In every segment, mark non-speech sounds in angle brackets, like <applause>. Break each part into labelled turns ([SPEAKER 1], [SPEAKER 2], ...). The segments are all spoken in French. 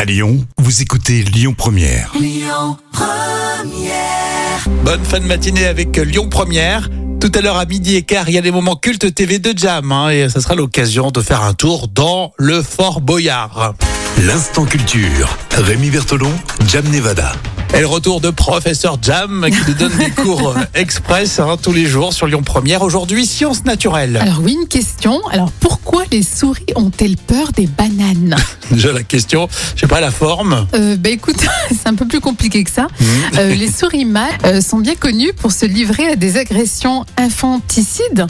[SPEAKER 1] À Lyon, vous écoutez Lyon Première.
[SPEAKER 2] Bonne fin de matinée avec Lyon Première. Tout à l'heure à midi et quart, il y a les moments cultes TV de Jam hein, et ça sera l'occasion de faire un tour dans le Fort Boyard.
[SPEAKER 1] L'instant culture. Rémi Bertolon, Jam Nevada.
[SPEAKER 2] Et le retour de Professeur Jam qui nous donne des
[SPEAKER 3] <laughs>
[SPEAKER 2] cours express hein, tous les jours sur Lyon Première. Aujourd'hui, sciences naturelles.
[SPEAKER 3] Alors oui, une question. Alors pourquoi les souris ont-elles peur des bananes
[SPEAKER 2] Déjà la question, je sais pas la forme.
[SPEAKER 3] euh, Bah écoute, <laughs> c'est un peu plus compliqué que ça. Euh, les souris mâles euh, sont bien connues pour se livrer à des agressions infanticides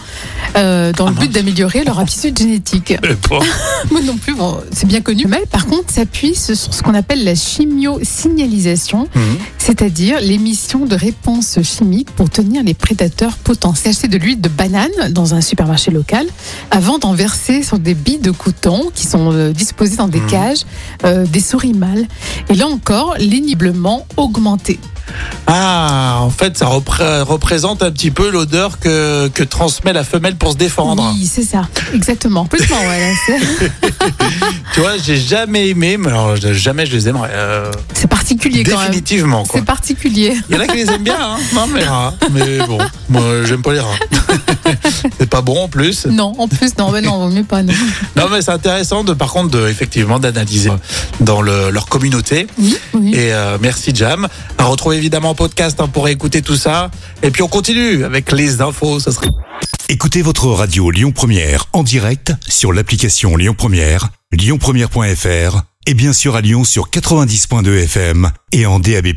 [SPEAKER 3] euh, dans le but d'améliorer leur aptitude génétique.
[SPEAKER 2] Euh, bon,
[SPEAKER 3] Moi non plus, bon, c'est bien connu. Le mâle, par contre, s'appuie sur ce qu'on appelle la chimiosignalisation,
[SPEAKER 2] Mhm.
[SPEAKER 3] c'est-à-dire l'émission de réponses chimiques pour tenir les prédateurs potentiels. Acheter de l'huile de banane dans un supermarché local avant d'en verser sur des billes de coton qui sont euh, disposées dans des
[SPEAKER 2] Mhm.
[SPEAKER 3] cages euh, des souris mâles. Et là encore, l'éniblement augmenté.
[SPEAKER 2] Ah, en fait, ça repré- représente un petit peu l'odeur que, que transmet la femelle pour se défendre.
[SPEAKER 3] Oui, c'est ça, <laughs> exactement. Complètement, ouais, c'est-
[SPEAKER 2] Tu vois, j'ai jamais aimé, mais alors jamais je les aimerais. euh,
[SPEAKER 3] c'est particulier quand même.
[SPEAKER 2] définitivement, quoi.
[SPEAKER 3] C'est particulier.
[SPEAKER 2] Il y en a qui les aiment bien, hein. Non, mais les rats. Mais bon, moi, j'aime pas les <laughs> rats. c'est pas bon en plus.
[SPEAKER 3] Non, en plus, non, mais non, vaut mieux pas. non.
[SPEAKER 2] Non, mais c'est intéressant, de, par contre, de, effectivement, d'analyser dans le- leur communauté.
[SPEAKER 3] Oui, oui.
[SPEAKER 2] Et euh, merci, Jam. À retrouver évidemment en podcast hein, pour écouter tout ça. Et puis, on continue avec les infos. Ça serait...
[SPEAKER 1] Écoutez votre radio Lyon Première en direct sur l'application Lyon Première, lyonpremière.fr et bien sûr à Lyon sur 90.2 FM et en DAB+.